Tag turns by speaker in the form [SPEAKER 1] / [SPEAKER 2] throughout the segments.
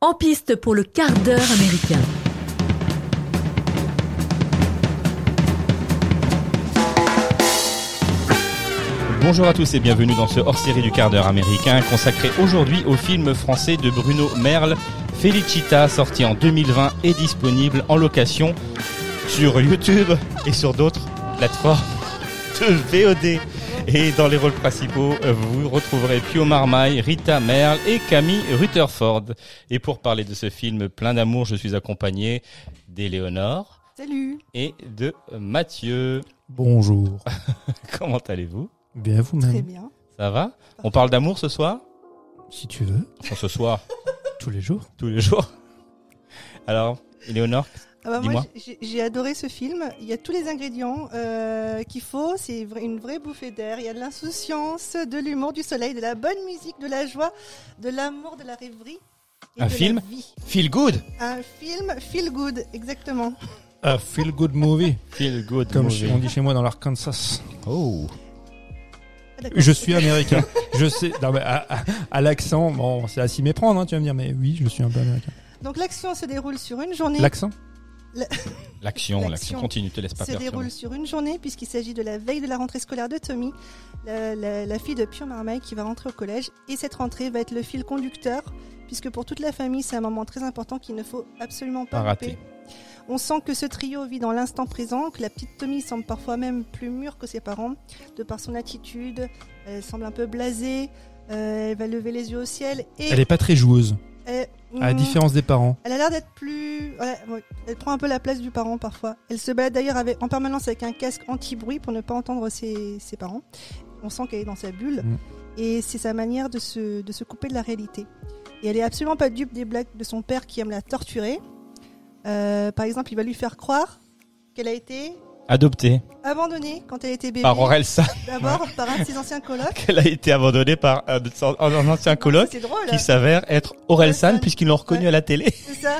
[SPEAKER 1] En piste pour le quart d'heure américain.
[SPEAKER 2] Bonjour à tous et bienvenue dans ce hors-série du quart d'heure américain consacré aujourd'hui au film français de Bruno Merle, Felicita, sorti en 2020 et disponible en location sur YouTube et sur d'autres plateformes de VOD. Et dans les rôles principaux, euh, vous retrouverez Pio Marmaille, Rita Merle et Camille Rutherford. Et pour parler de ce film plein d'amour, je suis accompagné d'Éléonore
[SPEAKER 3] Salut
[SPEAKER 2] et de Mathieu.
[SPEAKER 4] Bonjour.
[SPEAKER 2] Comment allez-vous
[SPEAKER 4] Bien
[SPEAKER 3] Très
[SPEAKER 4] vous-même.
[SPEAKER 3] bien.
[SPEAKER 2] Ça va On parle d'amour ce soir
[SPEAKER 4] Si tu veux,
[SPEAKER 2] Enfin, ce soir,
[SPEAKER 4] tous les jours.
[SPEAKER 2] tous les jours. Alors, Éléonore
[SPEAKER 3] Ah bah
[SPEAKER 2] Dis-moi.
[SPEAKER 3] moi, j'ai j'ai adoré ce film. Il y a tous les ingrédients euh, qu'il faut. C'est vra- une vraie bouffée d'air. Il y a de l'insouciance, de l'humour, du soleil, de la bonne musique, de la joie, de l'amour, de la rêverie. et
[SPEAKER 2] Un
[SPEAKER 3] de la
[SPEAKER 2] film
[SPEAKER 3] vie.
[SPEAKER 2] Feel good
[SPEAKER 3] Un film feel good, exactement.
[SPEAKER 4] A feel good movie,
[SPEAKER 2] Feel good,
[SPEAKER 4] comme
[SPEAKER 2] movie.
[SPEAKER 4] on dit chez moi dans l'Arkansas.
[SPEAKER 2] Oh
[SPEAKER 3] Ah, d'accord.
[SPEAKER 4] Je suis américain. Je sais. Non, mais à, à- à l'accent, bon, c'est à s'y méprendre. hein, tu vas me dire, mais oui, je suis un peu américain.
[SPEAKER 3] Donc l'action se déroule sur une journée.
[SPEAKER 4] L'accent
[SPEAKER 2] L'action, l'action
[SPEAKER 3] L'action.
[SPEAKER 2] continue, te laisse pas
[SPEAKER 3] se
[SPEAKER 2] perturber.
[SPEAKER 3] déroule sur une journée puisqu'il s'agit de la veille de la rentrée scolaire de Tommy, la, la- la fille de Pio Marmaille qui va rentrer au collège. Et cette rentrée va être le fil conducteur puisque pour toute la famille c'est un moment très important qu'il ne faut absolument pas
[SPEAKER 2] Pas raté.
[SPEAKER 3] louper. On sent que ce trio vit dans l'instant présent, que la petite Tommy semble parfois même plus mûre que ses parents de par son attitude. Elle semble un peu blasée. euh, elle va lever les yeux au ciel et
[SPEAKER 4] Elle est pas très joueuse,
[SPEAKER 3] elle-
[SPEAKER 4] à la
[SPEAKER 3] Hmm.
[SPEAKER 4] différence des parents.
[SPEAKER 3] Elle a l'air d'être plus. voilà, ouais, Elle prend un peu la place du parent parfois. Elle se balade d'ailleurs avec- en permanence avec un casque anti-bruit pour ne pas entendre ses, ses parents. On sent qu'elle est dans sa bulle.
[SPEAKER 4] Mm.
[SPEAKER 3] Et c'est sa manière de se, de se couper de la réalité. Et elle est absolument pas dupe des blagues de son père qui aime la torturer. Euh, par exemple, il va lui faire croire qu'elle a été
[SPEAKER 2] Adoptée
[SPEAKER 3] abandonnée quand elle était bébé.
[SPEAKER 2] par Orelsan,
[SPEAKER 3] D'abord par un de ses anciens colocs.
[SPEAKER 2] qu'elle a été abandonnée par un, de son- un ancien coloc
[SPEAKER 3] C'est drôle,
[SPEAKER 2] qui s'avère être Orelsan
[SPEAKER 3] Orelsan.
[SPEAKER 2] puisqu'ils l'ont reconnu
[SPEAKER 3] Ouais.
[SPEAKER 2] à la télé.
[SPEAKER 3] c'est ça.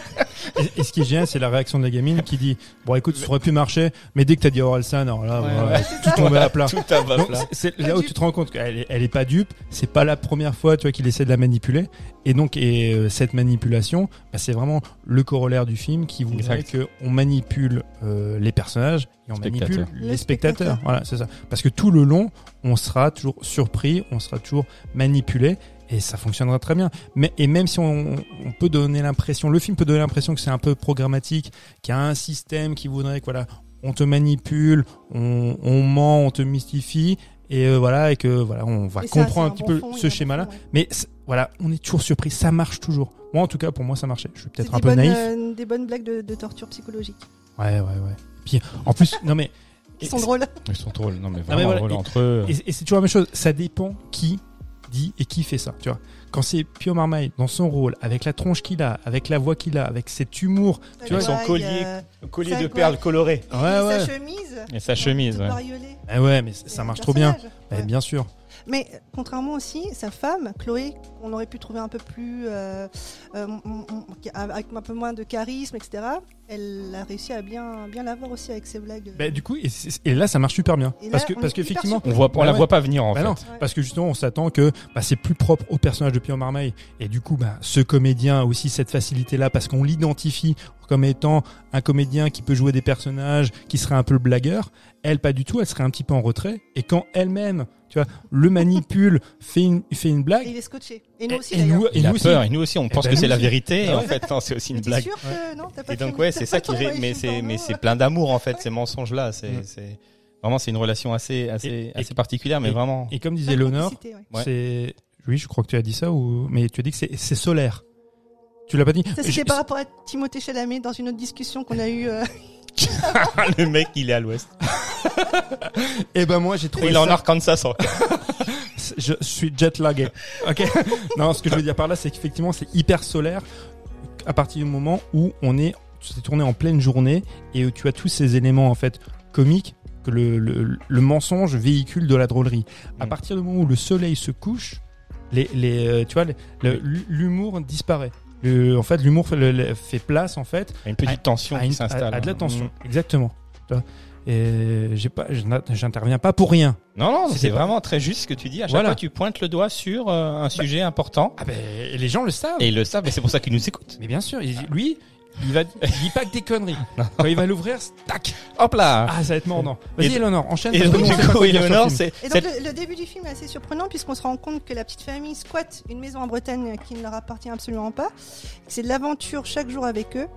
[SPEAKER 4] Et, et ce qui est génial, c'est la réaction de la gamine qui dit, bon, écoute, ça aurait pu marcher, mais dès que t'as dit Orelsan, alors là,
[SPEAKER 2] Ouais,
[SPEAKER 4] voilà,
[SPEAKER 2] ouais,
[SPEAKER 3] c'est
[SPEAKER 4] tout
[SPEAKER 3] ça.
[SPEAKER 4] tombait à plat.
[SPEAKER 2] Tout à bas
[SPEAKER 4] Donc,
[SPEAKER 2] plat.
[SPEAKER 4] c'est c'est
[SPEAKER 3] Pas
[SPEAKER 4] là où
[SPEAKER 3] dupe.
[SPEAKER 4] tu te rends compte qu'elle est, elle est pas dupe. C'est pas la première fois, tu vois, qu'il essaie de la manipuler. Et donc, et euh, cette manipulation, bah, c'est vraiment le corollaire du film qui voudrait
[SPEAKER 2] Exact.
[SPEAKER 4] que on manipule euh, les personnages et on manipule
[SPEAKER 2] Spectateurs.
[SPEAKER 3] Le
[SPEAKER 4] les
[SPEAKER 3] spectateur.
[SPEAKER 4] spectateurs. Voilà, c'est ça. Parce que tout le long, on sera toujours surpris, on sera toujours manipulé. Et ça fonctionnera très bien. Mais, et même si on, on peut donner l'impression, le film peut donner l'impression que c'est un peu programmatique, qu'il y a un système qui voudrait que voilà, on te manipule, on, on ment, on te mystifie, et euh, voilà, et que voilà, on va
[SPEAKER 3] Et ça,
[SPEAKER 4] comprendre un,
[SPEAKER 3] c'est
[SPEAKER 4] petit
[SPEAKER 3] bon
[SPEAKER 4] peu
[SPEAKER 3] fond, il y a
[SPEAKER 4] ce
[SPEAKER 3] un bon
[SPEAKER 4] schéma-là.
[SPEAKER 3] fond, ouais.
[SPEAKER 4] Mais c'est- voilà, on est toujours surpris, ça marche toujours. Moi, en tout cas, pour moi, ça marchait. Je suis
[SPEAKER 3] C'est
[SPEAKER 4] peut-être
[SPEAKER 3] des,
[SPEAKER 4] un peu
[SPEAKER 3] bonnes,
[SPEAKER 4] naïf.
[SPEAKER 3] euh, des bonnes blagues de, de torture psychologique
[SPEAKER 4] Ouais, ouais, ouais. Puis, en plus, non mais,
[SPEAKER 3] qui
[SPEAKER 4] Et
[SPEAKER 3] sont
[SPEAKER 4] c'est-
[SPEAKER 3] drôles.
[SPEAKER 2] Ils sont drôles, non mais
[SPEAKER 4] Ah,
[SPEAKER 2] vraiment
[SPEAKER 4] mais voilà,
[SPEAKER 2] drôles
[SPEAKER 4] et-
[SPEAKER 2] entre eux.
[SPEAKER 4] et, et c'est toujours la même chose. Ça dépend qui dit et qui fait ça. Tu vois, quand c'est Pio Marmaille dans son rôle, avec la tronche qu'il a, avec la voix qu'il a, avec cet humour,
[SPEAKER 3] Sa
[SPEAKER 4] Tu vois,
[SPEAKER 2] son
[SPEAKER 3] blague,
[SPEAKER 2] collier.
[SPEAKER 3] euh,
[SPEAKER 2] Collier
[SPEAKER 3] ça,
[SPEAKER 2] de
[SPEAKER 3] quoi.
[SPEAKER 2] perles colorées.
[SPEAKER 3] Et
[SPEAKER 4] Ouais,
[SPEAKER 3] sa
[SPEAKER 4] ouais.
[SPEAKER 3] chemise.
[SPEAKER 2] Et sa chemise,
[SPEAKER 3] Tout
[SPEAKER 2] ouais.
[SPEAKER 3] bariolée.
[SPEAKER 4] eh ouais, mais c-
[SPEAKER 3] C'est
[SPEAKER 4] ça
[SPEAKER 3] un
[SPEAKER 4] marche trop bien.
[SPEAKER 3] personnage.
[SPEAKER 4] Eh
[SPEAKER 3] Ouais.
[SPEAKER 4] bien sûr.
[SPEAKER 3] Mais euh, contrairement aussi, sa femme, Chloé, on aurait pu trouver un peu plus. euh, euh, on- on- on- qui- avec un peu moins de charisme, etc. Elle a réussi à bien, bien l'avoir aussi avec ses blagues.
[SPEAKER 4] Bah, du coup, et, c'est- et là, ça marche super bien.
[SPEAKER 3] Et là,
[SPEAKER 4] parce que,
[SPEAKER 3] on
[SPEAKER 4] parce
[SPEAKER 3] est hyper
[SPEAKER 4] qu'effectivement,
[SPEAKER 2] On voit, on
[SPEAKER 4] Ouais,
[SPEAKER 2] la
[SPEAKER 4] ouais.
[SPEAKER 2] voit pas venir en
[SPEAKER 4] Bah
[SPEAKER 2] fait.
[SPEAKER 4] non,
[SPEAKER 3] Ouais.
[SPEAKER 4] parce que justement, on s'attend que bah, c'est plus propre au personnage de Pierre Marmaille. Et du coup, bah, ce comédien a aussi cette facilité-là, parce qu'on l'identifie comme étant un comédien qui peut jouer des personnages, qui serait un peu le blagueur. Elle, pas du tout, elle serait un petit peu en retrait. Et quand elle-même, tu vois, le manipule, fait une, fait une
[SPEAKER 3] Et
[SPEAKER 4] blague,
[SPEAKER 3] il est scotché. Et nous aussi,
[SPEAKER 4] et nous,
[SPEAKER 3] d'ailleurs.
[SPEAKER 4] et
[SPEAKER 2] Il a
[SPEAKER 4] nous aussi.
[SPEAKER 2] peur, et nous aussi on pense
[SPEAKER 4] ben,
[SPEAKER 2] que
[SPEAKER 4] nous
[SPEAKER 2] c'est la
[SPEAKER 4] aussi.
[SPEAKER 2] vérité, et en
[SPEAKER 4] Ouais.
[SPEAKER 2] fait non, c'est aussi une
[SPEAKER 3] T'es
[SPEAKER 2] blague.
[SPEAKER 3] sûr que non, t'as pas
[SPEAKER 2] Et donc
[SPEAKER 3] fait-
[SPEAKER 2] ouais,
[SPEAKER 3] t'as
[SPEAKER 2] c'est
[SPEAKER 3] pas
[SPEAKER 2] ça qui
[SPEAKER 3] fait
[SPEAKER 2] ré-
[SPEAKER 3] le
[SPEAKER 2] mais
[SPEAKER 3] film,
[SPEAKER 2] c'est
[SPEAKER 3] pardon.
[SPEAKER 2] mais c'est plein d'amour en fait,
[SPEAKER 3] Ouais.
[SPEAKER 2] ces mensonges là, c'est
[SPEAKER 4] Mm.
[SPEAKER 2] c'est vraiment c'est une relation assez assez
[SPEAKER 4] Et-
[SPEAKER 2] assez particulière mais
[SPEAKER 4] et-
[SPEAKER 2] vraiment.
[SPEAKER 4] Et comme
[SPEAKER 3] Pas
[SPEAKER 4] disait
[SPEAKER 3] de
[SPEAKER 4] Léonore,
[SPEAKER 3] complicité, ouais.
[SPEAKER 2] Ouais.
[SPEAKER 4] c'est. Oui, je crois que tu as dit ça, ou... mais tu as dit que c'est c'est solaire. Tu l'as pas dit
[SPEAKER 3] Ça,
[SPEAKER 4] Je-
[SPEAKER 3] c'était par rapport à Timothée Chalamet dans une autre discussion qu'on a eue. euh,
[SPEAKER 2] le mec, il est à l'ouest.
[SPEAKER 4] Eh ben moi, j'ai trouvé.
[SPEAKER 2] Il est en
[SPEAKER 4] ça-
[SPEAKER 2] Arkansas. hein. en-
[SPEAKER 4] je suis jet lagué. Ok. non, ce que je veux dire par là, c'est qu'effectivement, c'est hyper solaire à partir du moment où on est, c'est tourné en pleine journée et où tu as tous ces éléments en fait comiques que le, le- le mensonge véhicule de la drôlerie. À
[SPEAKER 2] Mm.
[SPEAKER 4] partir du moment où le soleil se couche, les, les euh, tu vois, les- le- l'humour disparaît. Le- en fait, l'humour fait, le- le- fait place en fait
[SPEAKER 2] Il y a Une petite tension
[SPEAKER 4] à, une-
[SPEAKER 2] qui s'installe. Mm.
[SPEAKER 4] Mm. à- à de la tension, exactement. Tu vois. Et j'ai pas, je n'a- j'interviens pas pour rien.
[SPEAKER 2] Non, non,
[SPEAKER 4] C'était
[SPEAKER 2] c'est
[SPEAKER 4] pas-
[SPEAKER 2] vraiment très juste ce que tu dis. À chaque
[SPEAKER 4] Voilà.
[SPEAKER 2] fois,
[SPEAKER 4] Bah.
[SPEAKER 2] tu pointes le doigt sur euh, un sujet important.
[SPEAKER 4] Ah ben, et les gens le savent.
[SPEAKER 2] Et ils le savent, et c'est pour ça qu'ils nous écoutent.
[SPEAKER 4] Mais bien sûr, il- lui, il va, il dit pas que des conneries. Quand il va l'ouvrir, c'est- tac.
[SPEAKER 2] Hop là
[SPEAKER 4] Ah, ça va être mordant.
[SPEAKER 2] Et
[SPEAKER 4] Vas-y,
[SPEAKER 2] d-
[SPEAKER 4] Eleanor, enchaîne.
[SPEAKER 2] Et
[SPEAKER 4] parce que
[SPEAKER 2] donc,
[SPEAKER 4] nous, on sait
[SPEAKER 2] du
[SPEAKER 4] pas
[SPEAKER 2] coup,
[SPEAKER 4] quoi dire sur le
[SPEAKER 2] Eleanor,
[SPEAKER 4] film.
[SPEAKER 2] c'est...
[SPEAKER 3] Et donc
[SPEAKER 2] c'est-
[SPEAKER 3] le, le début du film est assez surprenant puisqu'on se rend compte que la petite famille squatte une maison en Bretagne qui ne leur appartient absolument pas. C'est de l'aventure chaque jour avec eux.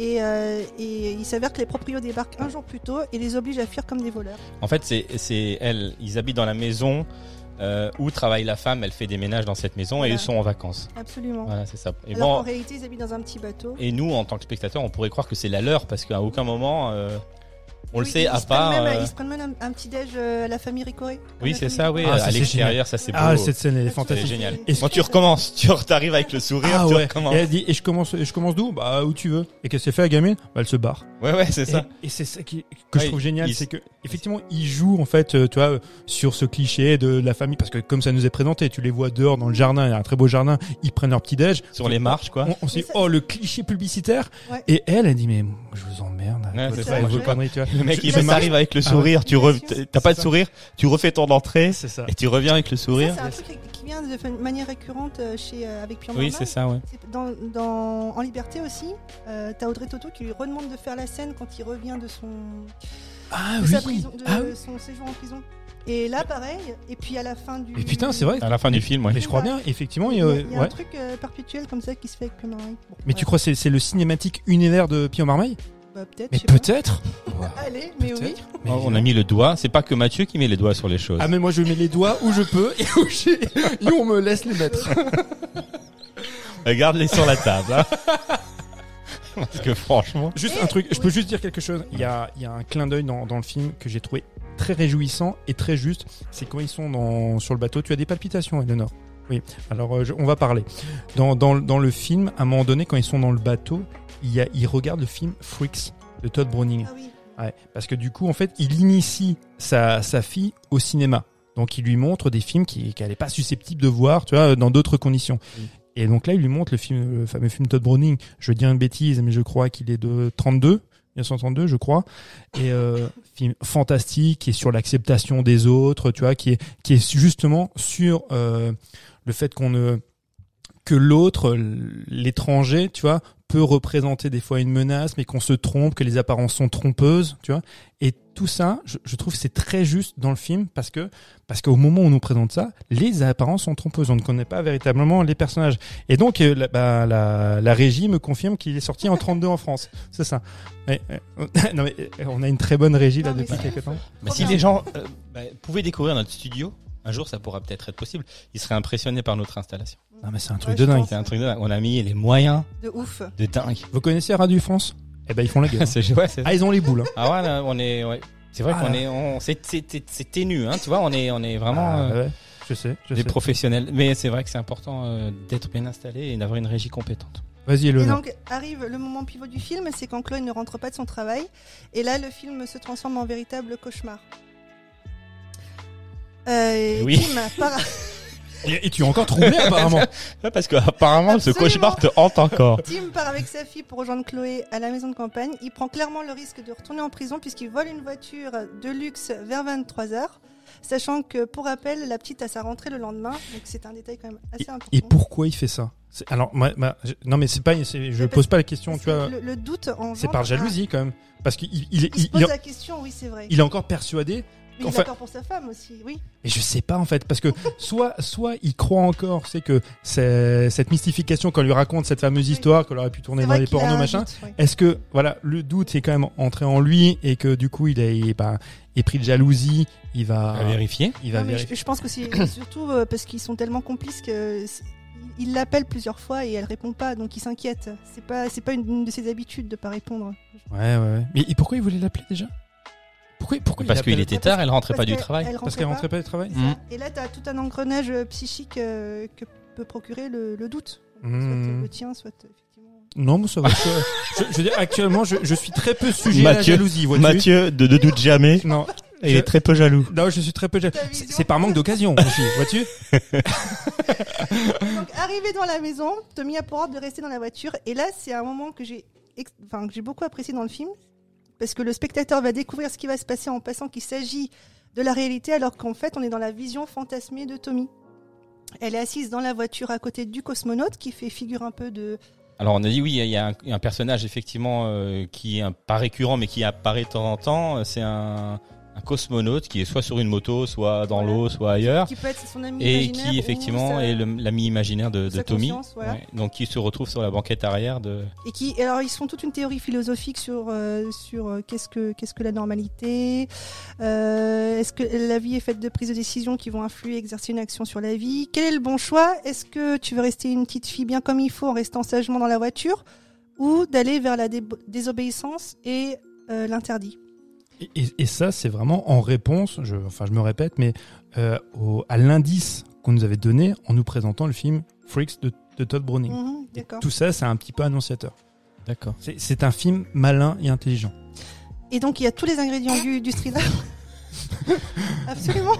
[SPEAKER 3] Et, euh, et il s'avère que les proprios débarquent un jour plus tôt et les obligent à fuir comme des voleurs.
[SPEAKER 2] En fait, c'est, c'est elle. Ils habitent dans la maison euh, où travaille la femme. Elle fait des ménages dans cette maison et
[SPEAKER 3] Voilà.
[SPEAKER 2] ils sont en vacances.
[SPEAKER 3] Absolument.
[SPEAKER 2] Voilà, c'est ça. Et
[SPEAKER 3] Alors qu'en
[SPEAKER 2] bon,
[SPEAKER 3] réalité, ils habitent dans un petit bateau.
[SPEAKER 2] et nous, en tant que spectateurs, on pourrait croire que c'est la leur parce qu'à aucun moment, euh, on le
[SPEAKER 3] Oui,
[SPEAKER 2] sait,
[SPEAKER 3] ils
[SPEAKER 2] à
[SPEAKER 3] se prennent
[SPEAKER 2] part.
[SPEAKER 3] même-
[SPEAKER 2] euh,
[SPEAKER 3] Ils se prennent même un, un petit déj euh, à la famille Ricoré.
[SPEAKER 2] Oui, c'est ça. Oui,
[SPEAKER 4] Ah, ça,
[SPEAKER 2] à
[SPEAKER 4] c'est
[SPEAKER 2] l'extérieur, ça c'est beau.
[SPEAKER 4] Ah, cette scène, elle est
[SPEAKER 3] C'est
[SPEAKER 2] c'est
[SPEAKER 4] fantastique.
[SPEAKER 2] génial.
[SPEAKER 4] Est-ce
[SPEAKER 2] Quand tu recommences, tu t'arrives avec le sourire,
[SPEAKER 4] Ah
[SPEAKER 2] tu
[SPEAKER 4] ouais. Et
[SPEAKER 2] recommences.
[SPEAKER 4] elle dit, et je commence, et je commence d'où? Bah, où tu veux. Et qu'est-ce que c'est fait, la gamine? Bah, elle se barre.
[SPEAKER 2] Ouais, ouais, c'est ça.
[SPEAKER 4] Et, et c'est ça qui, que
[SPEAKER 2] Ouais,
[SPEAKER 4] je trouve génial,
[SPEAKER 2] il-
[SPEAKER 4] c'est que effectivement, il joue en fait, euh, tu vois, euh, sur ce cliché de la famille, parce que comme ça nous est présenté, tu les vois dehors dans le jardin, il y a un très beau jardin, ils prennent leur petit déj
[SPEAKER 2] Sur les marches, quoi.
[SPEAKER 4] On, on se
[SPEAKER 3] Mais
[SPEAKER 4] dit,
[SPEAKER 3] ça-
[SPEAKER 4] oh le cliché publicitaire.
[SPEAKER 3] Ouais.
[SPEAKER 4] Et elle, elle dit, mais je vous emmerde. avec
[SPEAKER 2] Ouais,
[SPEAKER 4] votre-
[SPEAKER 3] c'est ça,
[SPEAKER 4] vos
[SPEAKER 3] ouais.
[SPEAKER 4] conneries, tu vois.
[SPEAKER 2] Le mec,
[SPEAKER 4] Je-
[SPEAKER 2] il
[SPEAKER 4] ça
[SPEAKER 2] t'arrive avec le
[SPEAKER 4] Ah
[SPEAKER 2] sourire, tu re-
[SPEAKER 3] Bien sûr.
[SPEAKER 2] t'as pas de
[SPEAKER 4] C'est ça.
[SPEAKER 2] sourire, tu refais ton entrée
[SPEAKER 4] C'est ça.
[SPEAKER 2] et tu reviens avec le
[SPEAKER 3] Ça,
[SPEAKER 2] sourire.
[SPEAKER 3] c'est un truc qui vient de fa- manière récurrente euh, chez, euh, avec Pierre
[SPEAKER 2] Oui,
[SPEAKER 3] Morvan.
[SPEAKER 2] c'est ça, ouais.
[SPEAKER 3] C'est Dans, dans- en liberté aussi, euh, t'as Audrey Toto qui lui redemande de faire la scène quand il revient de son,
[SPEAKER 4] Ah
[SPEAKER 3] de
[SPEAKER 4] oui.
[SPEAKER 3] sa prison, de
[SPEAKER 4] Ah oui. Bah.
[SPEAKER 3] son séjour en prison. Et là, pareil. Et puis à la fin du.
[SPEAKER 4] Mais putain, c'est vrai.
[SPEAKER 2] À la fin du film, ouais.
[SPEAKER 4] Mais je crois bien, effectivement,
[SPEAKER 3] Il
[SPEAKER 4] il
[SPEAKER 3] y
[SPEAKER 4] y a-
[SPEAKER 3] a, il y a un
[SPEAKER 4] ouais.
[SPEAKER 3] truc euh, perpétuel comme ça qui se fait avec Pio Marmaille. Bon,
[SPEAKER 4] Mais
[SPEAKER 3] ouais.
[SPEAKER 4] tu crois c'est c'est le cinématique univers de Pio Marmaille
[SPEAKER 3] Bah, Peut-être.
[SPEAKER 4] Mais
[SPEAKER 3] je sais pas.
[SPEAKER 4] peut-être.
[SPEAKER 3] Allez, mais oui.
[SPEAKER 4] Mais
[SPEAKER 2] Oh, on a mis le doigt. C'est pas que Mathieu qui met les doigts sur les choses.
[SPEAKER 4] Ah mais moi je mets les doigts où je peux et où j'ai- et où on me laisse les mettre.
[SPEAKER 2] Regarde-les sur la table. hein. Parce que franchement.
[SPEAKER 4] Juste
[SPEAKER 3] Et-
[SPEAKER 4] un truc, je
[SPEAKER 3] oui.
[SPEAKER 4] peux juste dire quelque chose. Il y a, il y a un clin d'œil dans, dans le film que j'ai trouvé très réjouissant et très juste. C'est quand ils sont dans, sur le bateau, tu as des palpitations, Eleanor. Oui, alors euh, je- on va parler. Dans, dans, le- dans le film, à un moment donné, quand ils sont dans le bateau, il y a, ils regardent le film Freaks de Todd Browning.
[SPEAKER 3] Ah oui.
[SPEAKER 4] Ouais, parce que du coup, en fait, il initie sa, sa fille au cinéma. Donc, il lui montre des films qui- qu'elle n'est pas susceptible de voir, tu vois, euh, dans d'autres conditions.
[SPEAKER 2] Oui.
[SPEAKER 4] Et donc là, il lui montre le, film, le fameux film Todd Browning. Je veux dire une bêtise, mais je crois qu'il est de 32, 1932, je crois. Et euh, film fantastique, qui est sur l'acceptation des autres, tu vois, qui est, qui est justement sur euh, le fait qu'on ne que l'autre, l'étranger, tu vois, peut représenter des fois une menace, mais qu'on se trompe, que les apparences sont trompeuses, tu vois. Et tout ça, je, je trouve que c'est très juste dans le film parce que parce qu'au moment où on nous présente ça, les apparences sont trompeuses. On ne connaît pas véritablement les personnages. Et donc euh, la, bah, la, la régie me confirme qu'il est sorti en 32 en France. C'est ça. Mais, euh, non mais euh, on a une très bonne régie là
[SPEAKER 3] Non, mais
[SPEAKER 4] depuis
[SPEAKER 3] c'est
[SPEAKER 4] quelques temps.
[SPEAKER 2] Mais si les gens euh, bah, pouvaient découvrir notre studio, un jour ça pourra peut-être être possible, ils seraient impressionnés par notre installation.
[SPEAKER 4] Non mais c'est un truc
[SPEAKER 3] Ouais, je
[SPEAKER 4] de dingue.
[SPEAKER 3] pense.
[SPEAKER 2] C'est un truc de dingue. On a mis les moyens
[SPEAKER 3] De ouf.
[SPEAKER 4] Ah,
[SPEAKER 2] de dingue.
[SPEAKER 4] Vous connaissez Radio France Eh ben ils font la gueule.
[SPEAKER 2] C'est- ouais, c'est-
[SPEAKER 4] ah ils ont les boules. hein.
[SPEAKER 2] Ah ouais, là, on est. ouais. C'est vrai
[SPEAKER 4] Ah
[SPEAKER 2] qu'on
[SPEAKER 4] là.
[SPEAKER 2] est. on- c'est- C'est c'est- c'est ténu, hein, tu vois, on est, on est vraiment.
[SPEAKER 4] Ah,
[SPEAKER 2] euh,
[SPEAKER 4] ouais, je sais. Je
[SPEAKER 2] Des
[SPEAKER 4] sais.
[SPEAKER 2] professionnels. Mais c'est vrai que c'est important euh, d'être bien installé et d'avoir une régie compétente.
[SPEAKER 4] Vas-y
[SPEAKER 3] Et
[SPEAKER 4] Eleonore.
[SPEAKER 3] donc arrive le moment pivot du film, c'est quand Chloé ne rentre pas de son travail, et là le film se transforme en véritable cauchemar. Euh,
[SPEAKER 2] Oui.
[SPEAKER 3] Kim, par-
[SPEAKER 4] Et, et tu es encore troublé apparemment.
[SPEAKER 2] Ouais, parce que apparemment ce
[SPEAKER 3] Absolument.
[SPEAKER 2] cauchemar te hante encore.
[SPEAKER 3] Tim part avec sa fille pour rejoindre Chloé à la maison de campagne. Il prend clairement le risque de retourner en prison puisqu'il vole une voiture de luxe vers 23h. Sachant que, pour rappel, la petite a sa rentrée le lendemain, donc c'est un détail quand même assez
[SPEAKER 4] Et,
[SPEAKER 3] important.
[SPEAKER 4] et pourquoi il fait ça C'est- Alors, moi, moi, je- non, mais c'est pas, c'est- je
[SPEAKER 3] Mais parce-
[SPEAKER 4] pose pas la question,
[SPEAKER 3] Parce
[SPEAKER 4] tu vois.
[SPEAKER 3] que le, le doute en hein.
[SPEAKER 4] C'est par jalousie quand même, parce qu'il il, il,
[SPEAKER 3] Il se
[SPEAKER 4] il-
[SPEAKER 3] pose
[SPEAKER 4] il-
[SPEAKER 3] la question, oui, c'est vrai.
[SPEAKER 4] il est encore persuadé.
[SPEAKER 3] Mais il est
[SPEAKER 4] enfin-
[SPEAKER 3] d'accord pour sa femme aussi, oui.
[SPEAKER 4] Mais je sais pas en fait, parce que soit, soit il croit encore, c'est que c'est- cette mystification qu'on lui raconte, cette fameuse
[SPEAKER 3] Oui.
[SPEAKER 4] histoire qu'on aurait pu tourner
[SPEAKER 3] C'est
[SPEAKER 4] dans
[SPEAKER 3] vrai
[SPEAKER 4] les
[SPEAKER 3] qu'il a
[SPEAKER 4] pornos
[SPEAKER 3] un
[SPEAKER 4] machin.
[SPEAKER 3] doute, oui.
[SPEAKER 4] Est-ce que voilà le doute est quand même entré en lui et que du coup il est, il est, pas- il est pris de jalousie, il va,
[SPEAKER 2] À vérifier.
[SPEAKER 4] il va
[SPEAKER 3] Non, mais
[SPEAKER 4] vérifier.
[SPEAKER 3] je, je pense que c'est surtout euh, parce qu'ils sont tellement complices que c'est- il l'appelle plusieurs fois et elle répond pas, donc il s'inquiète. C'est pas, c'est pas une, une de ses habitudes de pas répondre.
[SPEAKER 4] Ouais, ouais, ouais. Mais et pourquoi il voulait l'appeler déjà Pourquoi,
[SPEAKER 3] Ah,
[SPEAKER 4] pourquoi
[SPEAKER 2] Parce qu'il
[SPEAKER 4] l'appelle
[SPEAKER 2] était tard, elle rentrait
[SPEAKER 3] Parce
[SPEAKER 2] pas du
[SPEAKER 3] qu'elle-
[SPEAKER 2] travail.
[SPEAKER 3] elle
[SPEAKER 4] Parce
[SPEAKER 3] rentrait
[SPEAKER 4] qu'elle
[SPEAKER 3] pas.
[SPEAKER 4] rentrait pas du travail.
[SPEAKER 2] Mm.
[SPEAKER 3] Et là, t'as tout un engrenage euh, psychique euh, que peut procurer le, le doute, soit euh,
[SPEAKER 4] Mm.
[SPEAKER 3] le tien, soit euh, effectivement.
[SPEAKER 4] Non, mais ça va. ça va. je, je veux dire, actuellement, je, je suis très peu sujet à la
[SPEAKER 2] Mathieu,
[SPEAKER 4] jalousie, vois-tu.
[SPEAKER 2] Mathieu ne, doute jamais.
[SPEAKER 4] Non,
[SPEAKER 2] Il est très peu jaloux.
[SPEAKER 4] non, je suis très peu. jaloux.
[SPEAKER 3] Ta vision.
[SPEAKER 4] C'est c'est par manque d'occasion, aussi, vois-tu.
[SPEAKER 3] Donc, arrivé dans la maison, Tommy a pour ordre de rester dans la voiture. Et là, c'est un moment que j'ai ex- enfin, que j'ai beaucoup apprécié dans le film. parce que le spectateur va découvrir ce qui va se passer en passant qu'il s'agit de la réalité alors qu'en fait on est dans la vision fantasmée de Tommy. Elle est assise dans la voiture à côté du cosmonaute qui fait figure un peu de...
[SPEAKER 2] Alors on a dit oui, il y a un, il y a un personnage effectivement euh, qui est un, pas récurrent mais qui apparaît de temps en temps. C'est un, un cosmonaute qui est soit sur une moto, soit dans
[SPEAKER 3] Voilà.
[SPEAKER 2] l'eau, soit ailleurs.
[SPEAKER 3] qui peut être son ami
[SPEAKER 2] Ah. Et
[SPEAKER 3] imaginaire
[SPEAKER 2] qui
[SPEAKER 3] ou
[SPEAKER 2] effectivement
[SPEAKER 3] sa-
[SPEAKER 2] est le- l'ami imaginaire de, de
[SPEAKER 3] sa
[SPEAKER 2] Tommy,
[SPEAKER 3] conscience, voilà.
[SPEAKER 2] Ouais. donc qui se retrouve sur la banquette arrière de.
[SPEAKER 3] Et qui, et alors ils font toute une théorie philosophique sur euh, sur euh, qu'est-ce que qu'est-ce que la normalité, euh, est-ce que la vie est faite de prises de décision qui vont influer, exercer une action sur la vie, quel est le bon choix, est-ce que tu veux rester une petite fille bien comme il faut en restant sagement dans la voiture, ou d'aller vers la dé- désobéissance et euh, l'interdit.
[SPEAKER 4] Et, et- et ça, c'est vraiment en réponse, je, enfin je me répète, mais euh, au- à l'indice qu'on nous avait donné en nous présentant le film Freaks de, de Todd Browning.
[SPEAKER 3] Mhm,
[SPEAKER 4] Et
[SPEAKER 3] D'accord.
[SPEAKER 4] tout ça, c'est un petit peu annonciateur.
[SPEAKER 2] D'accord.
[SPEAKER 4] C'est- C'est un film malin et intelligent.
[SPEAKER 3] Et donc il y a tous les ingrédients du, du thriller. Absolument.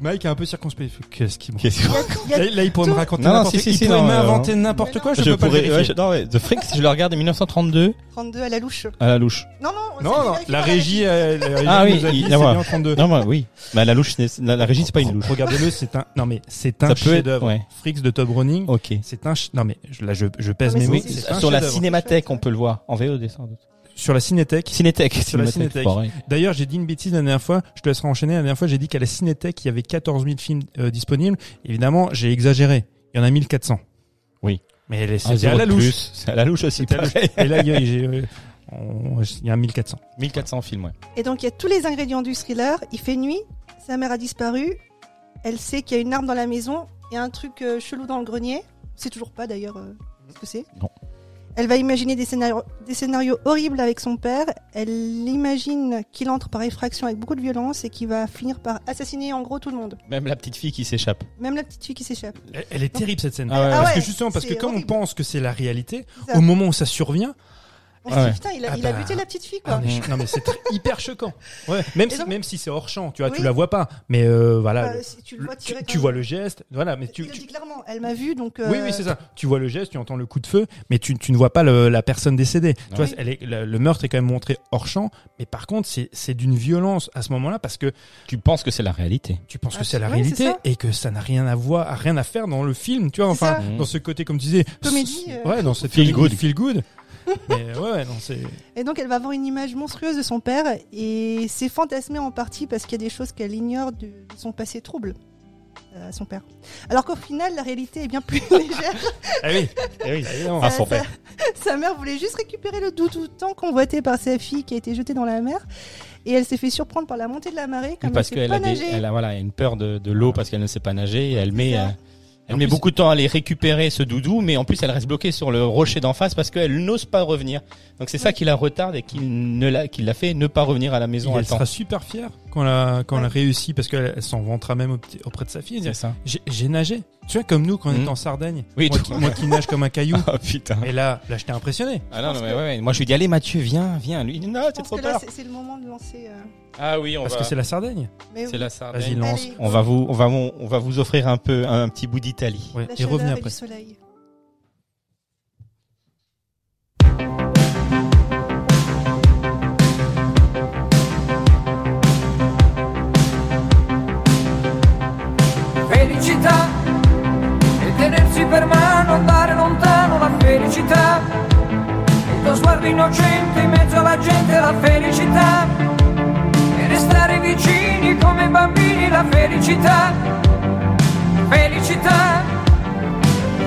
[SPEAKER 4] Mike est un peu circonspect. Qu'est-ce qu'il mange
[SPEAKER 2] Qu'est-ce que-
[SPEAKER 3] Il y a-
[SPEAKER 4] Là, là, il pourrait
[SPEAKER 3] Tout-
[SPEAKER 4] me raconter
[SPEAKER 2] Non, non,
[SPEAKER 4] n'importe
[SPEAKER 2] si, si,
[SPEAKER 4] il
[SPEAKER 2] si,
[SPEAKER 4] pourrait
[SPEAKER 2] non,
[SPEAKER 4] m'inventer
[SPEAKER 2] euh,
[SPEAKER 4] n'importe quoi, je,
[SPEAKER 2] Je
[SPEAKER 4] peux pas
[SPEAKER 2] pourrais.
[SPEAKER 4] le
[SPEAKER 2] ouais,
[SPEAKER 4] vérifier.
[SPEAKER 2] je- non, ouais, The Freaks, je le regarde en 1932
[SPEAKER 3] 32 à la louche.
[SPEAKER 2] à euh, la louche.
[SPEAKER 3] Non non.
[SPEAKER 4] Non, non, la régie, euh, la régie
[SPEAKER 2] Ah oui,
[SPEAKER 4] nous a dit,
[SPEAKER 2] il-
[SPEAKER 4] c'est
[SPEAKER 2] d'accord.
[SPEAKER 4] bien en 32.
[SPEAKER 2] Non, bah, oui. Bah, la louche, c'est- la, la régie, c'est pas une louche.
[SPEAKER 4] Regardez-le, c'est un, non mais c'est un
[SPEAKER 2] Ça peut être-
[SPEAKER 4] chef-d'œuvre.
[SPEAKER 2] ouais.
[SPEAKER 4] Freaks de Todd Browning,
[SPEAKER 2] Ok.
[SPEAKER 4] c'est un, ch- non mais je, là je, je pèse
[SPEAKER 3] Non, mais
[SPEAKER 4] mes mots.
[SPEAKER 2] Oui,
[SPEAKER 3] c'est-
[SPEAKER 4] c'est
[SPEAKER 3] c'est
[SPEAKER 4] un
[SPEAKER 2] sur la
[SPEAKER 4] chef-d'œuvre.
[SPEAKER 2] cinémathèque, on peut le voir en VOD sans doute.
[SPEAKER 4] sur la cinéthèque.
[SPEAKER 2] Cinéthèque,
[SPEAKER 4] Sur la
[SPEAKER 2] cinémathèque,
[SPEAKER 4] cinéthèque.
[SPEAKER 2] pareil.
[SPEAKER 4] D'ailleurs, j'ai dit une bêtise la dernière fois, je te laisserai enchaîner. La dernière fois, j'ai dit qu'à la Cinétech, il y avait 14 000 films euh, disponibles. Évidemment, j'ai exagéré. Il y en a 1400.
[SPEAKER 2] Oui.
[SPEAKER 4] Mais les-
[SPEAKER 2] Un
[SPEAKER 4] c'était
[SPEAKER 2] zéro
[SPEAKER 4] à la
[SPEAKER 2] de
[SPEAKER 4] louche.
[SPEAKER 2] plus. C'est à la louche aussi.
[SPEAKER 4] C'était à la
[SPEAKER 2] pareil.
[SPEAKER 4] Et là, il y a, j'ai, euh, on- il y a 1400.
[SPEAKER 2] 1400 films, ouais.
[SPEAKER 3] Et donc il y a tous les ingrédients du thriller. Il fait nuit, sa mère a disparu, elle sait qu'il y a une arme dans la maison et un truc euh, chelou dans le grenier. C'est toujours pas d'ailleurs euh, ce que c'est.
[SPEAKER 2] Non.
[SPEAKER 3] Elle va imaginer des scénarios, des scénarios horribles avec son père. Elle imagine qu'il entre par effraction avec beaucoup de violence et qu'il va finir par assassiner en gros tout le monde,
[SPEAKER 2] Même la petite fille qui s'échappe.
[SPEAKER 3] même la petite fille qui s'échappe.
[SPEAKER 4] Elle, elle est terrible cette scène.
[SPEAKER 2] Ah ouais,
[SPEAKER 4] parce
[SPEAKER 3] ouais,
[SPEAKER 4] que justement, parce que
[SPEAKER 3] c'est
[SPEAKER 4] comme
[SPEAKER 3] horrible.
[SPEAKER 4] on pense que c'est la réalité,
[SPEAKER 3] C'est ça.
[SPEAKER 4] au moment où ça survient,
[SPEAKER 3] On se
[SPEAKER 2] ouais.
[SPEAKER 3] dit putain, il a,
[SPEAKER 4] Ah
[SPEAKER 3] il a
[SPEAKER 4] bah,
[SPEAKER 3] buté la petite fille
[SPEAKER 4] ah,
[SPEAKER 3] quoi.
[SPEAKER 4] mais je- non mais c'est très- hyper choquant. Ouais. Même
[SPEAKER 3] Et
[SPEAKER 4] si,
[SPEAKER 3] donc-
[SPEAKER 4] même si c'est hors champ, tu vois, tu
[SPEAKER 3] Oui. Bah,
[SPEAKER 4] la vois pas. Mais euh, voilà,
[SPEAKER 3] Enfin,
[SPEAKER 4] le-
[SPEAKER 3] si tu
[SPEAKER 4] le-
[SPEAKER 3] le vois
[SPEAKER 4] tu,
[SPEAKER 3] tirer.
[SPEAKER 4] tu vois le geste. Voilà, mais tu,
[SPEAKER 3] tu,
[SPEAKER 4] tu-
[SPEAKER 3] dit clairement, elle m'a vu donc.
[SPEAKER 4] Oui,
[SPEAKER 3] euh,
[SPEAKER 4] oui, c'est ça. Tu vois le geste, tu entends le coup de feu, mais tu, tu ne vois pas le- la personne décédée. Tu vois,
[SPEAKER 3] Oui.
[SPEAKER 4] elle est, le, le meurtre est quand même montré hors champ, mais par contre, c'est c'est d'une violence à ce moment-là parce que
[SPEAKER 2] Tu penses que c'est la réalité.
[SPEAKER 4] tu penses que
[SPEAKER 3] Ah,
[SPEAKER 4] c'est la
[SPEAKER 3] oui, c'est
[SPEAKER 4] réalité
[SPEAKER 3] ça.
[SPEAKER 4] et que ça n'a rien à voir, rien à faire dans le film. Tu vois,
[SPEAKER 3] C'est
[SPEAKER 4] enfin,
[SPEAKER 2] ça.
[SPEAKER 4] dans ce côté, comme tu disais,
[SPEAKER 3] Comédie,
[SPEAKER 4] s-
[SPEAKER 3] euh.
[SPEAKER 4] Ouais, dans cette
[SPEAKER 2] Feel
[SPEAKER 4] comédie
[SPEAKER 2] good.
[SPEAKER 4] Feel good. mais ouais, ouais, non, c'est.
[SPEAKER 3] Et donc elle va avoir une image monstrueuse de son père et c'est fantasmé en partie parce qu'il y a des choses qu'elle ignore de, de son passé trouble euh, à son père. Alors qu'au final, la réalité est bien plus légère.
[SPEAKER 4] Ah oui.
[SPEAKER 2] Ah,
[SPEAKER 3] Sa-
[SPEAKER 2] son
[SPEAKER 3] sa-
[SPEAKER 2] père.
[SPEAKER 3] Sa mère voulait juste récupérer le doudou tant convoité par sa fille qui a été jetée dans la mer et elle s'est fait surprendre par la montée de la marée
[SPEAKER 2] Oui,
[SPEAKER 3] comme
[SPEAKER 2] parce
[SPEAKER 3] elle sait
[SPEAKER 2] qu'elle
[SPEAKER 3] pas
[SPEAKER 2] a, des,
[SPEAKER 3] nager.
[SPEAKER 2] elle a voilà, une peur de, de l'eau parce qu'elle ne sait pas nager. Et elle met,
[SPEAKER 3] C'est
[SPEAKER 2] euh,
[SPEAKER 3] ça.
[SPEAKER 2] elle
[SPEAKER 4] En
[SPEAKER 2] met
[SPEAKER 4] plus-
[SPEAKER 2] beaucoup de temps à aller récupérer ce doudou, mais en plus elle reste bloquée sur le rocher d'en face parce qu'elle n'ose pas revenir. Donc c'est ça qui la retarde et qui ne l'a, qui l'a fait ne pas revenir à la
[SPEAKER 4] Et
[SPEAKER 2] maison à
[SPEAKER 4] elle
[SPEAKER 2] temps.
[SPEAKER 4] sera super fière quand elle a, quand elle a
[SPEAKER 3] Ouais.
[SPEAKER 4] réussi parce qu'elle elle s'en vantera même au petit- auprès de sa fille. elle
[SPEAKER 2] C'est
[SPEAKER 4] dira,
[SPEAKER 2] ça.
[SPEAKER 4] J'ai j'ai nagé. Tu vois, comme nous quand on
[SPEAKER 2] Mhm.
[SPEAKER 4] est en Sardaigne.
[SPEAKER 2] Oui,
[SPEAKER 4] moi,
[SPEAKER 2] tout-
[SPEAKER 4] qui, moi qui nage comme un caillou.
[SPEAKER 2] Oh putain.
[SPEAKER 4] Et là, là, j'étais impressionné.
[SPEAKER 2] Ah non, non, mais ouais, ouais. Moi je lui dis allez Mathieu viens viens. Lui il dit non
[SPEAKER 3] Je
[SPEAKER 2] t'es
[SPEAKER 3] pense
[SPEAKER 2] trop
[SPEAKER 3] que là,
[SPEAKER 2] peur.
[SPEAKER 3] c'est c'est le moment de lancer. euh,
[SPEAKER 2] Ah oui on
[SPEAKER 4] Parce
[SPEAKER 2] va.
[SPEAKER 4] que c'est la Sardaigne.
[SPEAKER 3] mais
[SPEAKER 2] C'est la Sardaigne.
[SPEAKER 4] Vas-y, lance.
[SPEAKER 3] Allez.
[SPEAKER 2] On va vous on va vous- on va vous offrir un peu un, petit bout d'Italie.
[SPEAKER 4] Ouais,
[SPEAKER 3] la
[SPEAKER 4] Et
[SPEAKER 3] chaleur
[SPEAKER 4] revenez
[SPEAKER 3] et
[SPEAKER 4] après.
[SPEAKER 3] du soleil.
[SPEAKER 5] Felicità e tenersi per mano, andare lontano la felicità. Il tuo sguardo innocente in mezzo alla gente la felicità. E restare vicini come bambini la felicità. Felicità,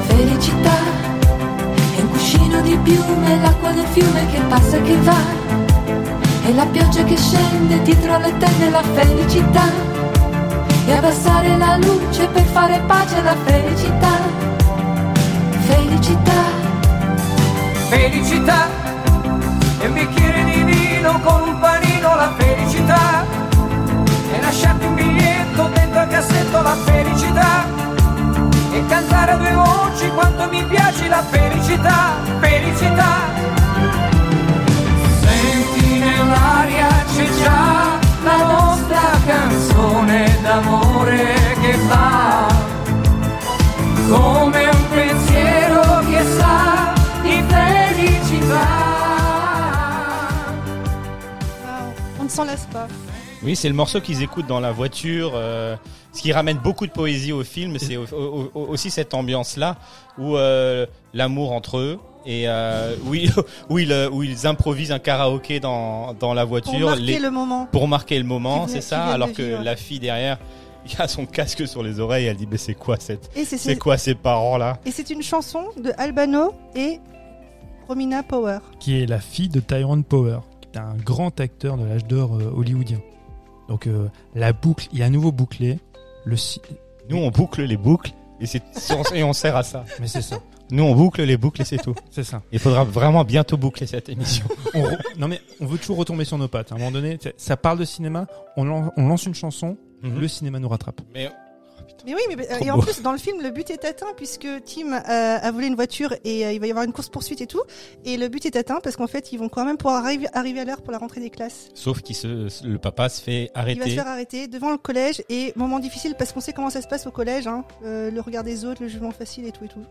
[SPEAKER 6] Felicità è un cuscino di piume, l'acqua del fiume che passa e che va, e la pioggia che scende dietro alle tende, la felicità, e abbassare la luce per fare pace alla felicità, felicità,
[SPEAKER 5] felicità. E un bicchiere di vino con un panino la felicità. E lasciarti un biglietto dentro al cassetto la felicità. e cantare a due voci quanto mi piace la felicità, felicità. Senti nell'aria c'è già la nostra canzone d'amore che va come un pensiero che sa di felicità.
[SPEAKER 3] s'en lasse pas.
[SPEAKER 2] Oui, c'est le morceau qu'ils écoutent dans la voiture. euh, ce qui ramène beaucoup de poésie au film, c'est au- au- au- aussi cette ambiance-là où euh, l'amour entre eux et euh, où, ils, où, ils, euh, où ils improvisent un karaoké dans, dans la
[SPEAKER 3] Pour
[SPEAKER 2] voiture
[SPEAKER 3] marquer
[SPEAKER 2] les-
[SPEAKER 3] le moment.
[SPEAKER 2] pour marquer le moment,
[SPEAKER 3] Qui vient-
[SPEAKER 2] c'est
[SPEAKER 3] qui
[SPEAKER 2] ça.
[SPEAKER 3] vient de
[SPEAKER 2] Alors que
[SPEAKER 3] vivre.
[SPEAKER 2] la fille derrière, il a son casque sur les oreilles, elle dit mais c'est quoi cette,
[SPEAKER 3] Et c'est-
[SPEAKER 2] c'est
[SPEAKER 3] c'est
[SPEAKER 2] quoi ces parents là
[SPEAKER 3] et c'est une chanson de Albano et Romina Power.
[SPEAKER 4] qui est la fille de Tyrone Power, qui est un grand acteur de l'âge d'or euh, hollywoodien. Donc euh, la boucle, il y a à nouveau bouclé. Le si-
[SPEAKER 2] Nous on boucle les boucles et c'est et on sert à ça.
[SPEAKER 4] Mais c'est ça,
[SPEAKER 2] Nous on boucle les boucles et c'est tout.
[SPEAKER 4] c'est ça.
[SPEAKER 2] Il faudra vraiment bientôt boucler cette émission.
[SPEAKER 4] On re- Non mais on veut toujours retomber sur nos pattes. À un moment donné, t'sais, ça parle de cinéma, on, lan- on lance une chanson,
[SPEAKER 2] Mhm.
[SPEAKER 4] le cinéma nous rattrape.
[SPEAKER 2] Mais
[SPEAKER 3] Mais oui, mais euh,
[SPEAKER 2] Trop
[SPEAKER 3] et en
[SPEAKER 2] beau.
[SPEAKER 3] plus dans le film le but est atteint puisque Tim euh, a volé une voiture et euh, il va y avoir une course poursuite et tout et le but est atteint parce qu'en fait ils vont quand même pouvoir arriver arriver à l'heure pour la rentrée des classes.
[SPEAKER 2] sauf qu'il se, le papa se fait
[SPEAKER 3] Il va se
[SPEAKER 2] arrêter.
[SPEAKER 3] faire arrêter devant le collège et moment difficile parce qu'on sait comment ça se passe au collège, hein. Euh, le regard des autres, le jugement facile et tout et tout.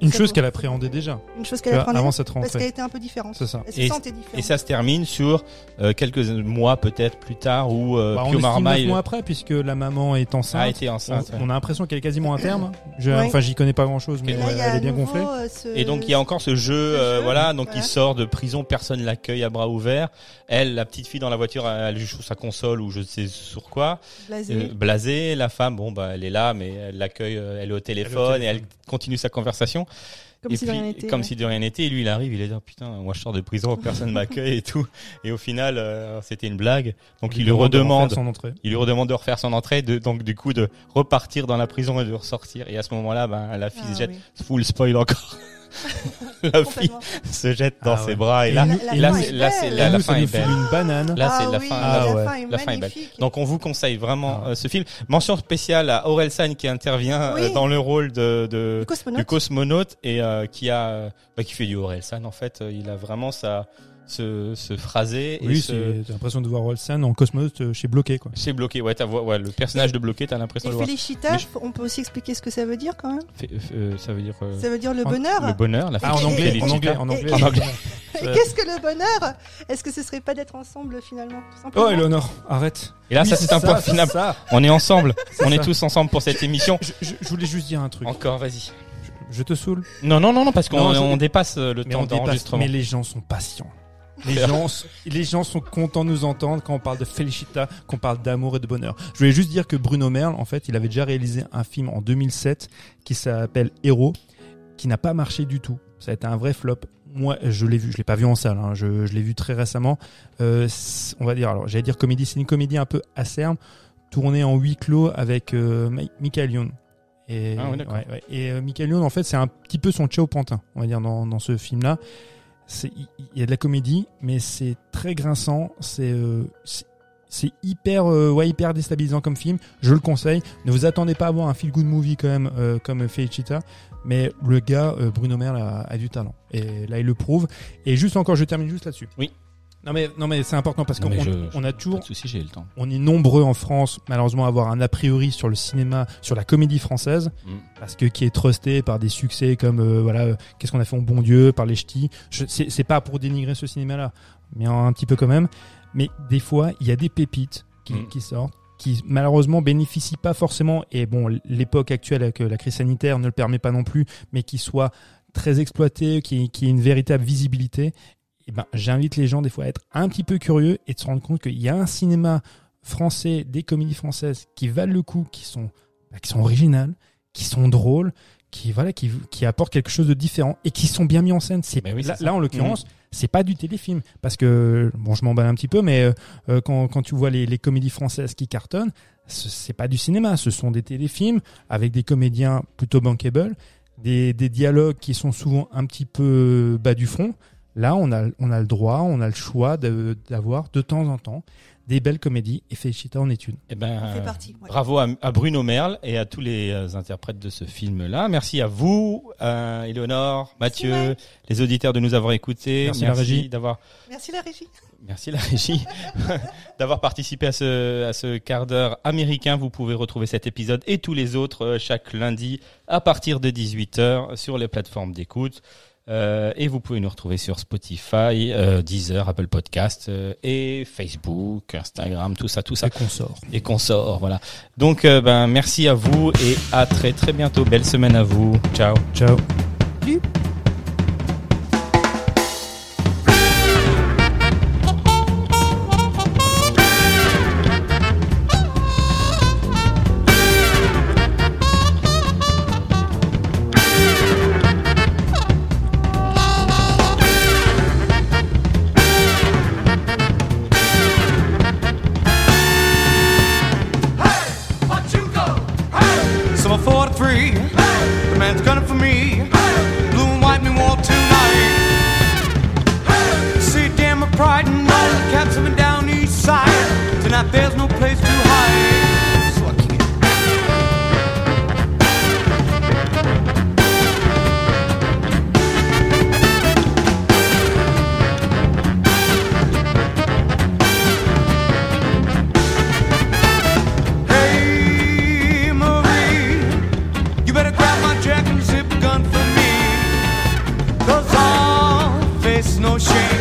[SPEAKER 4] Une
[SPEAKER 3] Ça
[SPEAKER 4] chose
[SPEAKER 3] vous-
[SPEAKER 4] qu'elle appréhendait déjà
[SPEAKER 3] Une chose
[SPEAKER 4] tu
[SPEAKER 3] qu'elle
[SPEAKER 4] vois,
[SPEAKER 3] apprenait
[SPEAKER 4] avant cette
[SPEAKER 3] parce qu'elle
[SPEAKER 4] rentrée.
[SPEAKER 3] était un peu différente.
[SPEAKER 4] C'est ça.
[SPEAKER 3] Elle se
[SPEAKER 2] Et-
[SPEAKER 3] sentait différente.
[SPEAKER 2] Et ça se termine sur euh, quelques mois peut-être plus tard où euh,
[SPEAKER 4] Bah, on
[SPEAKER 2] Pio
[SPEAKER 4] estime neuf
[SPEAKER 2] Marmaille
[SPEAKER 4] mois après puisque la maman est
[SPEAKER 2] a
[SPEAKER 4] enceinte.
[SPEAKER 2] été
[SPEAKER 4] On,
[SPEAKER 2] enceinte. ouais.
[SPEAKER 4] on a l'impression qu'elle est quasiment à terme. Je-
[SPEAKER 3] Ouais.
[SPEAKER 4] Enfin, j'y connais pas grand-chose, mais
[SPEAKER 2] Et
[SPEAKER 3] Et
[SPEAKER 2] là,
[SPEAKER 4] euh,
[SPEAKER 3] il y a
[SPEAKER 4] elle
[SPEAKER 3] à
[SPEAKER 4] est bien
[SPEAKER 3] nouveau,
[SPEAKER 4] gonflée.
[SPEAKER 3] euh, ce-
[SPEAKER 2] Et donc il y a encore ce jeu,
[SPEAKER 3] Ce
[SPEAKER 2] euh,
[SPEAKER 3] jeu,
[SPEAKER 2] voilà, donc
[SPEAKER 3] voilà.
[SPEAKER 2] il sort de prison, personne l'accueille à bras ouverts. Elle, la petite fille dans la voiture, elle joue sur sa console ou je sais sur quoi,
[SPEAKER 3] blasé.
[SPEAKER 2] euh, blasée. La femme, bon bah elle est là, mais elle l'accueille, euh, elle est au téléphone et elle continue sa conversation.
[SPEAKER 3] comme
[SPEAKER 2] et
[SPEAKER 3] si de
[SPEAKER 2] puis
[SPEAKER 3] rien n'était.
[SPEAKER 2] comme
[SPEAKER 3] ouais.
[SPEAKER 2] si de rien n'était. Et lui il arrive, il est là, putain, moi je sors de prison, personne m'accueille et tout. Et au final, euh, c'était une blague. Donc il lui
[SPEAKER 4] demande de refaire
[SPEAKER 2] redemande
[SPEAKER 4] son entrée.
[SPEAKER 2] il lui redemande de refaire son entrée, de, donc du coup de repartir dans la prison et de ressortir. Et à ce moment-là, ben, la fille
[SPEAKER 3] Ah,
[SPEAKER 2] se jette,
[SPEAKER 3] oui.
[SPEAKER 2] full spoil encore. la fille
[SPEAKER 3] Complètement.
[SPEAKER 2] se jette dans
[SPEAKER 4] Ah
[SPEAKER 2] ses
[SPEAKER 4] ouais.
[SPEAKER 2] bras et
[SPEAKER 4] Et
[SPEAKER 2] là,
[SPEAKER 4] nous-
[SPEAKER 2] et là,
[SPEAKER 3] fin
[SPEAKER 2] c'est-
[SPEAKER 3] est
[SPEAKER 2] là, c'est-
[SPEAKER 3] belle.
[SPEAKER 2] là, la
[SPEAKER 4] Nous, ça
[SPEAKER 2] fin
[SPEAKER 4] nous
[SPEAKER 2] est
[SPEAKER 4] file
[SPEAKER 2] belle.
[SPEAKER 4] une banane.
[SPEAKER 2] Là, c'est
[SPEAKER 3] Ah
[SPEAKER 2] la
[SPEAKER 3] oui,
[SPEAKER 2] fin.
[SPEAKER 4] Ah
[SPEAKER 3] la
[SPEAKER 4] ouais.
[SPEAKER 3] fin est
[SPEAKER 2] La fin est belle.
[SPEAKER 3] magnifique.
[SPEAKER 2] Donc on vous conseille vraiment
[SPEAKER 4] Ah.
[SPEAKER 2] euh, ce film. Mention spéciale à Orelsan qui intervient
[SPEAKER 3] Oui.
[SPEAKER 2] euh, dans le rôle de, de-
[SPEAKER 3] Le cosmonaute.
[SPEAKER 2] du cosmonaute et euh, qui a euh, bah, qui fait du Orelsan en fait. Euh, Il a vraiment sa ce, ce phrasé et
[SPEAKER 4] Oui,
[SPEAKER 2] ce
[SPEAKER 4] c'est t'as l'impression de voir Wilson en cosmonaute euh, chez Bloqué, quoi.
[SPEAKER 2] c'est bloqué. Ouais, t'as- ouais, le personnage de bloqué, t'as l'impression
[SPEAKER 3] Et
[SPEAKER 2] de le voir.
[SPEAKER 3] Félicita,
[SPEAKER 2] Mais je-
[SPEAKER 3] on peut aussi expliquer ce que ça veut dire quand même.
[SPEAKER 2] Fait- euh, ça veut dire euh,
[SPEAKER 3] Ça veut dire le
[SPEAKER 4] en-
[SPEAKER 3] bonheur.
[SPEAKER 2] le bonheur, la
[SPEAKER 4] Ah, en
[SPEAKER 3] Et-
[SPEAKER 4] anglais,
[SPEAKER 3] et-
[SPEAKER 4] en
[SPEAKER 3] et-
[SPEAKER 4] anglais, en
[SPEAKER 3] et-
[SPEAKER 4] anglais.
[SPEAKER 2] en anglais.
[SPEAKER 3] Et Qu'est-ce que le bonheur Est-ce que ce serait pas d'être ensemble finalement tout simplement
[SPEAKER 4] Oh, Eleonore, arrête.
[SPEAKER 2] Et là, ça, c'est un point final.
[SPEAKER 4] ça.
[SPEAKER 2] On est ensemble. On est
[SPEAKER 4] ça.
[SPEAKER 2] tous ensemble pour cette émission.
[SPEAKER 4] Je, je- je voulais juste dire un truc.
[SPEAKER 2] Encore, vas-y.
[SPEAKER 4] Je, je te saoule.
[SPEAKER 2] Non, non, non, non, parce qu'on
[SPEAKER 4] Non, je-
[SPEAKER 2] on dépasse euh, le
[SPEAKER 4] Mais
[SPEAKER 2] temps
[SPEAKER 4] on dépasse.
[SPEAKER 2] d'enregistrement.
[SPEAKER 4] Mais les gens sont patients. Les gens, s- les gens sont contents de nous entendre quand on parle de Felicita, qu'on parle d'amour et de bonheur. Je voulais juste dire que Bruno Merle, en fait, il avait déjà réalisé un film en 2007 qui s'appelle Héros, qui n'a pas marché du tout. Ça a été un vrai flop. Moi, je l'ai vu, je l'ai pas vu en salle, hein. je, je l'ai vu très récemment. Euh, c'est- on va dire, alors j'allais dire comédie, c'est une comédie un peu acerbe, tournée en huis clos avec euh, Mi- Michael Youn. Et,
[SPEAKER 2] Ah ouais, d'accord.
[SPEAKER 4] ouais, ouais. et euh, Michael Youn, en fait, c'est un petit peu son Tchao Pantin, on va dire, dans, dans ce film-là. C'est- Il il y a de la comédie, mais c'est très grinçant, c'est euh, c'est- c'est hyper, euh, ouais, hyper déstabilisant comme film. Je le conseille. Ne vous attendez pas à voir un feel good movie quand même euh, comme Felicita, mais le gars euh, Bruno Merle a, a du talent et là il le prouve. Et juste encore, je termine juste là-dessus.
[SPEAKER 2] Oui.
[SPEAKER 4] Non mais non mais c'est important parce
[SPEAKER 2] Non,
[SPEAKER 4] qu'on
[SPEAKER 2] mais je-
[SPEAKER 4] on a toujours,
[SPEAKER 2] souci, j'ai le temps.
[SPEAKER 4] on est nombreux en France malheureusement à avoir un a priori sur le cinéma, sur la comédie française
[SPEAKER 2] Mm.
[SPEAKER 4] parce que qui est trusté par des succès comme euh, voilà euh, qu'est-ce qu'on a fait en bon Dieu par les ch'tis. Je- C'est c'est pas pour dénigrer ce cinéma-là, mais un, petit peu quand même. Mais des fois, il y a des pépites qui,
[SPEAKER 2] Mm.
[SPEAKER 4] qui sortent qui malheureusement bénéficient pas forcément et bon l'époque actuelle avec euh, la crise sanitaire ne le permet pas non plus mais qui soient très exploitées qui qui ait une véritable visibilité eh ben, j'invite les gens des fois à être un petit peu curieux et de se rendre compte qu'il y a un cinéma français, des comédies françaises qui valent le coup, qui sont, bah, qui sont originales, qui sont drôles, qui, voilà, qui, qui apportent quelque chose de différent et qui sont bien mis en scène. C'est,
[SPEAKER 2] Mais Ben oui,
[SPEAKER 4] là,
[SPEAKER 2] c'est ça. Mmh.
[SPEAKER 4] là, en l'occurrence, c'est pas du téléfilm. Parce que, bon, je m'emballe un petit peu, mais euh, euh, quand, quand tu vois les, les comédies françaises qui cartonnent, ce- c'est pas du cinéma, ce sont des téléfilms avec des comédiens plutôt bankable, des, des dialogues qui sont souvent un petit peu euh, bas du front. Là, on a, on a le droit, on a le choix de- d'avoir de temps en temps des belles comédies et Felicita en est une.
[SPEAKER 2] Eh ben,
[SPEAKER 3] On fait
[SPEAKER 2] euh,
[SPEAKER 3] partie. ouais.
[SPEAKER 2] bravo à, à Bruno Merle et à tous les euh, interprètes de ce film-là. Merci à vous, euh, Éléonore, Mathieu,
[SPEAKER 3] Mike.
[SPEAKER 2] les auditeurs de nous avoir écoutés.
[SPEAKER 4] Merci, la régie.
[SPEAKER 2] d'avoir
[SPEAKER 3] Merci la régie.
[SPEAKER 2] Merci la régie d'avoir participé à ce, à ce quart d'heure américain. Vous pouvez retrouver cet épisode et tous les autres euh, chaque lundi à partir de 18h sur les plateformes d'écoute. Euh, et vous pouvez nous retrouver sur Spotify, euh, Deezer, Apple Podcast euh, et Facebook, Instagram, tout ça, tout ça.
[SPEAKER 4] ça qu'on sort.
[SPEAKER 2] Et qu'on sort, voilà. Donc, euh, ben, merci à vous et à très très bientôt. Belle semaine à vous. Ciao.
[SPEAKER 4] Ciao.
[SPEAKER 5] Summer 43. The man's gunning for me. Blue and white me war tonight. See, damn my pride and all the caps up and down the east side. Tonight there's no place to hide. So I kick it. Hey, Marie, you better grab my jack and zip gun for me. Cause I'll face no shame.